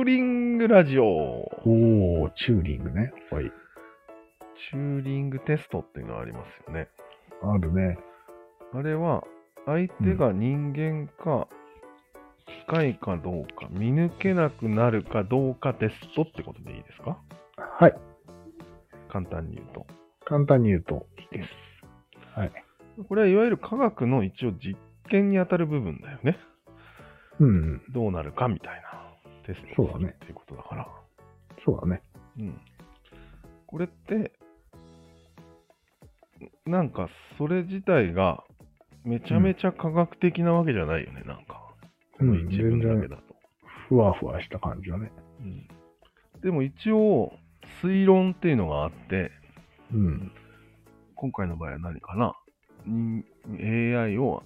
グラジオ。おー、チューリングね。はい。チューリングテストっていうのありますよね。あるね。あれは、相手が人間か、機械かどうか、見抜けなくなるかどうかテストってことでいいですかはい。簡単に言うと。簡単に言うと。ですはい。これはいわゆる科学の一応実験にあたる部分だよね。うん。どうなるかみたいなテストそうをすだねるっていうことだから。そうだね。うん。これって、なんかそれ自体がめちゃめちゃ科学的なわけじゃないよね、なんか。このうん一文だけ全だと。ふわふわした感じだね。うんでも一応、推論っていうのがあって、うん。今回の場合は何かな人 ?AI を、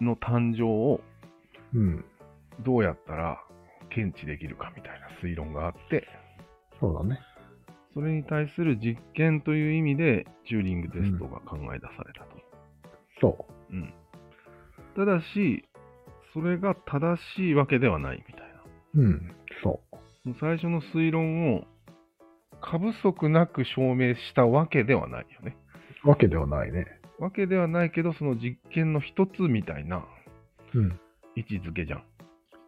の誕生をうん。どうやったら検知できるかみたいな推論があって、そうだね。それに対する実験という意味で、チューリングテストが考え出されたと。そうん。ただし、それが正しいわけではないみたいな。う。うん。そもう最初の推論を過不足なく証明したわけではないよね。う。わけではないね。わけではないけど、その実験の一つみたいなうん。位置づけじゃん。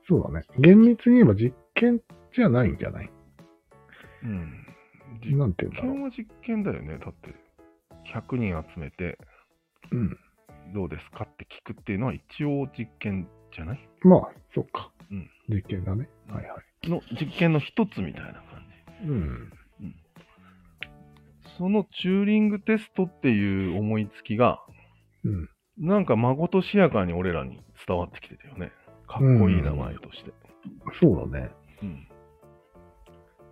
そうだね。厳密に言えば実験じゃないんじゃないうん。実なんて言うんだろ験は実験だよね。だって、100人集めてう。うん。どうですかって聞くっていうのは一応実験じゃないまあ、そっか。うん。実験だね。はいはの実験の一つみたいな感じ。い。うん。そのチューリングテストっていう思いつきが、うん。なんかまことしやかに俺らに伝わってきてたよね。かっこいい名前として。そうだね。うん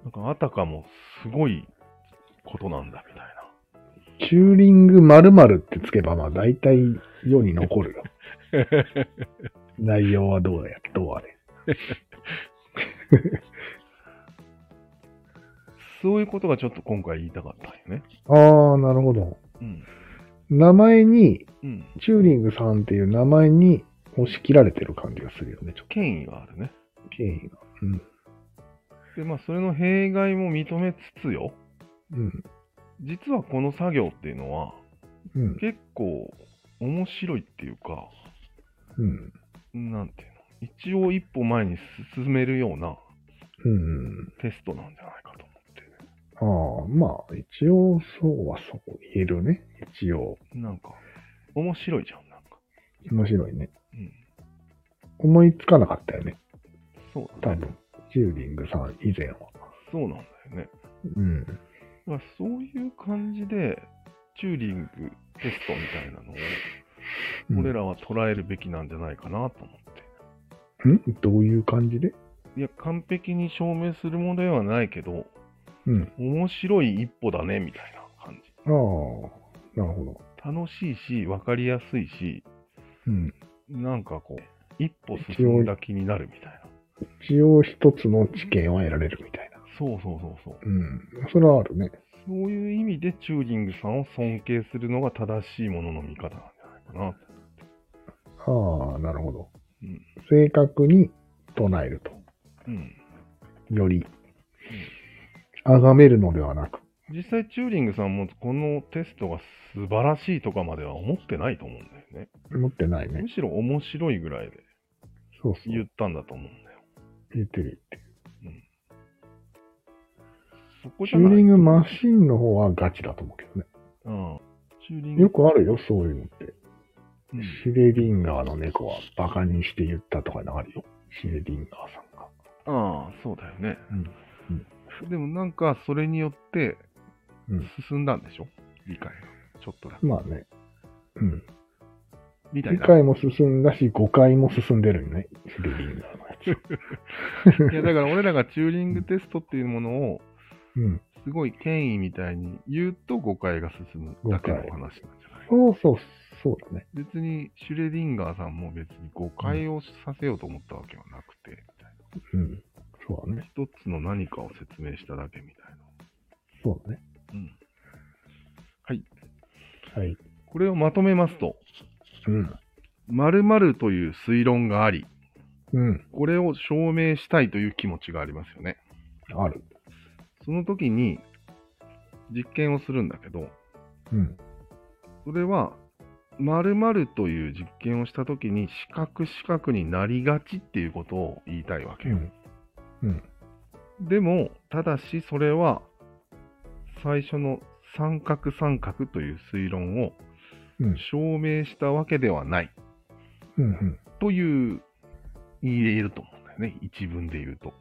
なんかあたかもすごいことなんだみたいチューリング〇〇ってつけば、まあ大体世に残るよ。 内容はどうや、どうあれ。な。そういうことがちょっと今回言いたかったよね。ああ、なるほど。うん。名前に、うん。チューリングさんっていう名前に押し切られてる感じがするよね、ちょっ権威があるね。と敬意が。で、まあそれの弊害も認めつつよ。うん。実はこの作業っていうのはうん。結構面白いっていうか、うん。なんていうの。一応一歩前に進めるようなうん。テストなんじゃないかと思って。ああ、まあ、一応そうはそう言えるね。一応。なんか、面白いじゃん、なんか。面白いね。うん。思いつかなかったよね。そう多だね。分。チューリングさん以前は。そうなんだよね。うん。まあ、そういう感じで、チューリングテストみたいなのを、うん俺らは捉えるべきなんじゃないかなと思って。んどういう感じでいや、完璧に証明するものではないけど、うん。面白い一歩だね、みたいな感じ。ああ、なるほど。楽しいし、わかりやすいし、うん。なんかこう、一歩進んだ気になるみたいな。一応一つの知見は得られるみたいな。そうそうそうそう。うん。それはあるね。そういう意味でチューリングさんを尊敬するのが正しいものの見方なんじゃないかな。ああ、なるほど。うん。正確に唱えると。うん。より、崇めるのではなく。実際、チューリングさんもこのテストが素晴らしいとかまでは思ってないと思うんだよね。持ってないねむ。しろ面白いぐらいでそうそう。言ったんだと思うんだよ。言ってる言ってる。そこじチゃュない。ーリングマシンの方はガチだと思うけどね。うん。チューリング。よくあるよ、そういうのって。うんシュレディンガーの猫はバカにして言ったとかのあるよ。シュレディンガーさんが。ああ、そうだよね。うんでもなんか、それによってうん、進んだんでしょ、理解が。ちょっとだけ。まあね。うん。みたい理な。解も進んだし、誤解も進んでるよね。シュレディンガーのやつ。いや、だから俺らがチューリングテストっていうものを、うん。すごい権威みたいに言うと誤解が進むだけの話なんじゃないそうそう、そうだね。別にシュレディンガーさんも別に誤解をさせようと思ったわけはなくて、うん。そうだね。一つの何かを説明しただけみたいな。そうだね。うん。はい。はい。これをまとめますと、うん。 〇〇という推論があり、うん。これを証明したいという気持ちがありますよね。ある。その時に実験をするんだけど、うん。それは〇〇という実験をした時に四角四角になりがちっていうことを言いたいわけうよ。ん。でも、ただしそれは最初の三角三角という推論をうん。証明したわけではないうん。という言えると思うんだよね。一文で言うと。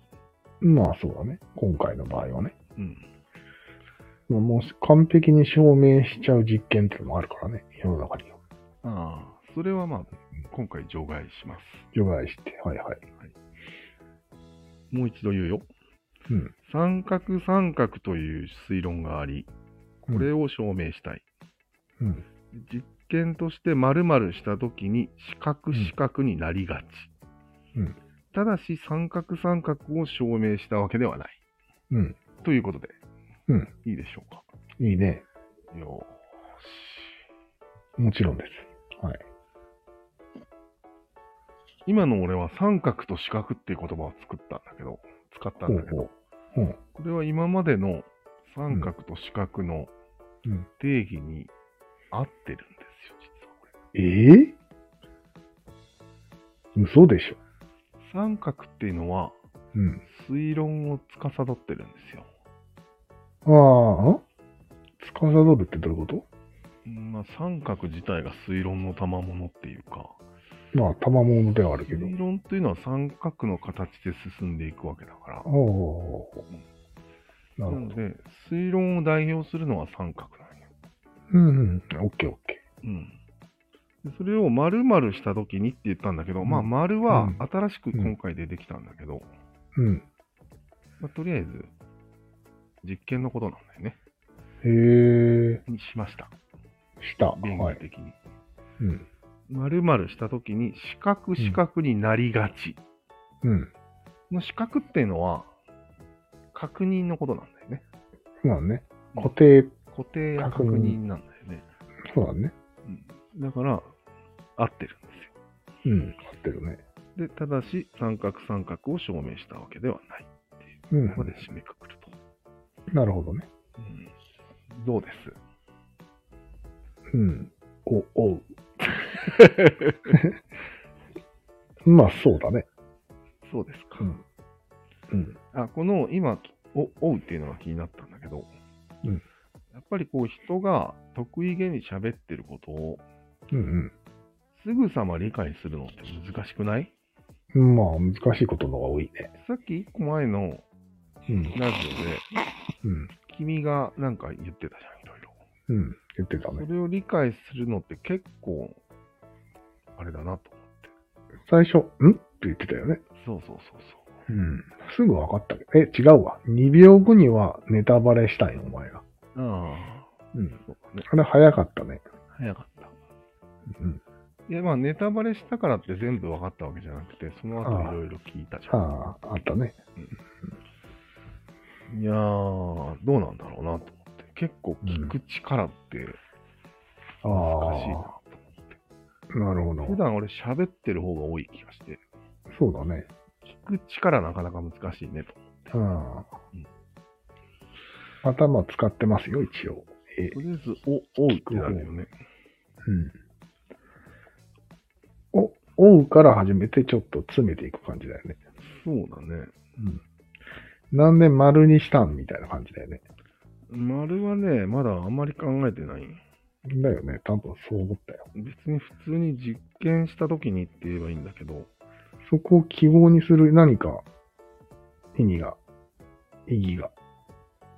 うん。まあ、そうだね。今回の場合はね。うん。まあもう完璧に証明しちゃう実験っていうのもあるからね。世の中には。ああ、それはまあ、今回除外します。除外して。はいはい。もう一度言うよ。うん。三角三角という推論があり、これを証明したい。うん。実験として〇〇したときに四角四角になりがち。うんただし三角三角を証明したわけではない。うん。ということで、うんいいでしょうか。いいね。よもちろんです。はい。ーし。今の俺は三角と四角っていう言葉を作ったんだけど、使ったんだけど、ほうほう。これは今までの三角と四角のうん定義に合ってるんですよ、実はこれ。ええ嘘でしょ。三角っていうのはうん。推論を司ってるんですよ。ああ、つかさどるってどういうことうんまあ、三角自体が推論の賜物っていうか、まあ、賜物ではあるけど。推論というのは三角の形で進んでいくわけだから、おお。ななるほのど。で、推論を代表するのは三角なんよ。うんうん。オッケーオッケうん。でそれを丸々した時にって言ったんだけど、まあうん丸はうん新しく今回出てきたんだけど、ー。うん。まあ、とりあえず実験のことなんだよね。へえ。にしました。した。は便利い。的に。うん。丸々した時に四角四角になりがち。うん。この四角っていうのは確認のことなんだよね。そうだね。固定、固定や確認なんだよね。そうだね。うんだから合ってるんですうん。合ってるね。よ。で、ただし三角三角を証明したわけではない。うここでん。締めくくると。なるほどね。うんどうですうん。お、おう。まあ、そうだね。そうですか。うんうん。あこの今お、おうっていうのが気になったんだけど、うんやっぱりこう人が得意げに喋ってることをうんすぐさま理解するのって難しくないうん。まあ、難しいことの方が多いね。さっき1個前のうん。ラジオでうん。君がなんか言ってたじゃん、いろいろ。うん。言ってたねそ。れを理解するのって結構、あれだなと思って。最初、んって言ってたよね。そうそうそううん。すぐ分かったけど。え、違うわ。2秒後にはネタバレしたいよ、お前が。そう。ああ、うん。そうだね。あれ早かったね。早かった。うん。いや、まあ、ネタバレしたからって全部分かったわけじゃなくて、その後いああろいろ聞いたじゃん。ああ、あったね。いやー、どうなんだろうなと思って。結構聞く力ってあ難しいなと思あって。ー、なるほど普。段俺喋ってる方が多い気がして、そうだね。聞く力なかなか難しいねと。うんうん。頭使ってますよ、一応。え、とりあえず、お、おうってなるよね。うん。お、追うから始めてちょっと詰めていく感じだよね。そうだね。うん。なんで丸にしたんみたいな感じだよね。丸はね、まだあんまり考えてない。だよね。多分そう思ったよ。別に普通に実験した時にって言えばいいんだけど、そこを記号にする何か意味が、意義が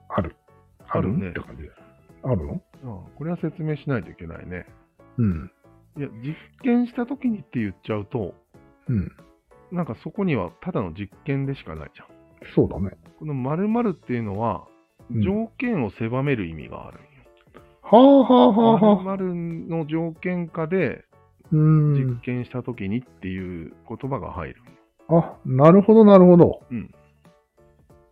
ある。あるあるねって感じだよ。あるのああこれは説明しないといけないね。うん。いや、実験した時にって言っちゃうと、うん。なんかそこにはただの実験でしかないじゃん。そうだね。この〇〇っていうのは、うん条件を狭める意味があるんよ。はあはあはあはあ。 〇〇の条件下でう実ん。験した時にっていう言葉が入る。あ、なるほどなるほど。うん。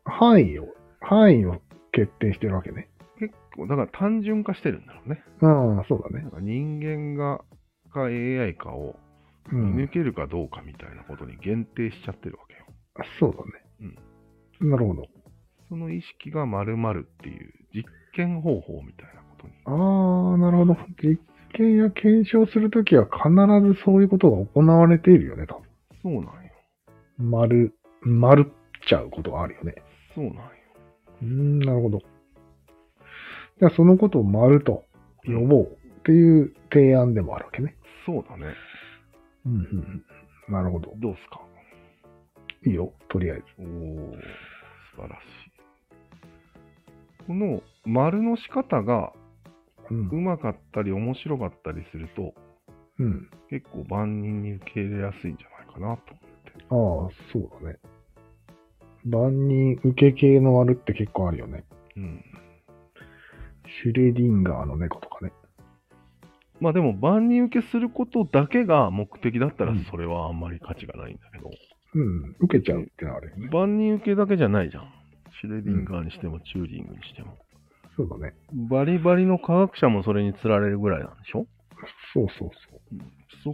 範囲を、範囲を決定してるわけね。結構、だから単純化してるんだろうね。うん、そうだなね。んか人間がか AI かをう見抜ん。けるかどうかみたいなことに限定しちゃってるわけよ。そうだね。なるほど。その意識が〇〇っていう実験方法みたいなことに。ああ、なるほど。実験や検証するときは必ずそういうことが行われているよね、多そうなんよ。分。丸、丸っちゃうことがあるよね。そうなんよ。うーん、なるほど。じゃあそのことを丸と呼ぼうっていう提案でもあるわけね。そうだね。うん、うん、うん。なるほど。どうすかいいよ、とりあえず。おー、素晴らしい。この丸の仕方がう。うんまかったり面白かったりするとうん。結構万人に受け入れやすいんじゃないかなと思って。ああ、そうだね。万人受け系の丸って結構あるよね。うん。シュレディンガーの猫とかね。まあでも万人受けすることだけが目的だったらうんそれはあんまり価値がないんだけど、うん。受けちゃうってのはあるよね。万人受けだけじゃないじゃん。シュレディンガーにしてもチューリングにしても。そうだね。バリバリの科学者もそれにつられるぐらいなんでしょそうそうそ。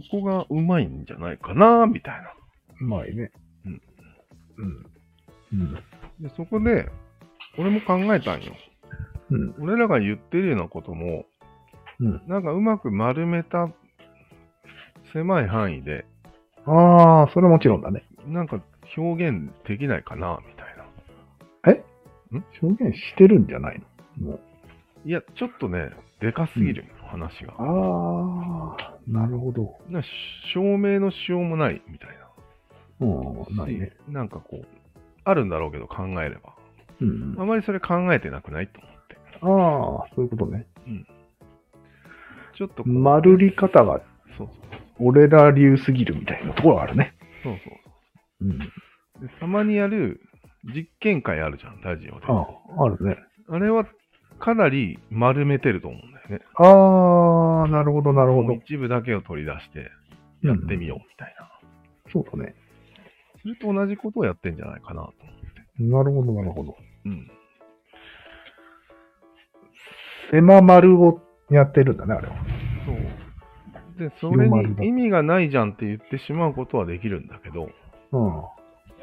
そこがうまいんじゃないかなみたいううまいね。うん。うん。な。で、そこで、俺も考えたんよ。うん。俺らが言ってるようなことも、うん。なんかうまく丸めた狭い範囲で、うん。ああ、それはもちろんだね。なんか表現できないかなみたいな。表現してるんじゃないのもう。いや、ちょっとね、でかすぎるよ、話が。ああ、なるほど。な証明のしようもないみたいうん、な。ないね。なんかこう、あるんだろうけど考えれば。うんあ。まりそれ考えてなくないと思って。ああ、そういうことね。ちょっとこう丸り方がそうそう俺ら流すぎるみたいなところがあるね。そうそううん。そうで。たまにやる実験会あるじゃん、ラジオで。ああ、あるね。あれはかなり丸めてると思うんだよね。ああ、なるほど、なるほもどう。一部だけを取り出してやってみようみたいな。そうだね。それと同じことをやってんじゃないかなと思って。なるほど、なるほど。うん。狭丸をやってるんだね、あれは。そう。で、それ広まるだに意味がないじゃんって言ってしまうことはできるんだけど、うん。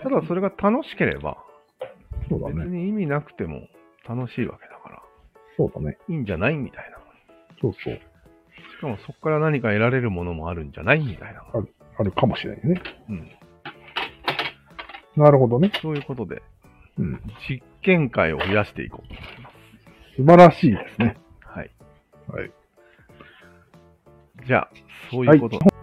ただそれが楽しければ、そうだ別ね。に意味なくても楽しいわけだから、そうだね。いいんじゃないみたいな。そうそう。しかもそこから何か得られるものもあるんじゃないみたいな。あるかもしれないね。うん。なるほどね。そういうことで、うん。実験会を増やしていこうと思います。素晴らしいですね。はい。はい。じゃあ、そういうことで。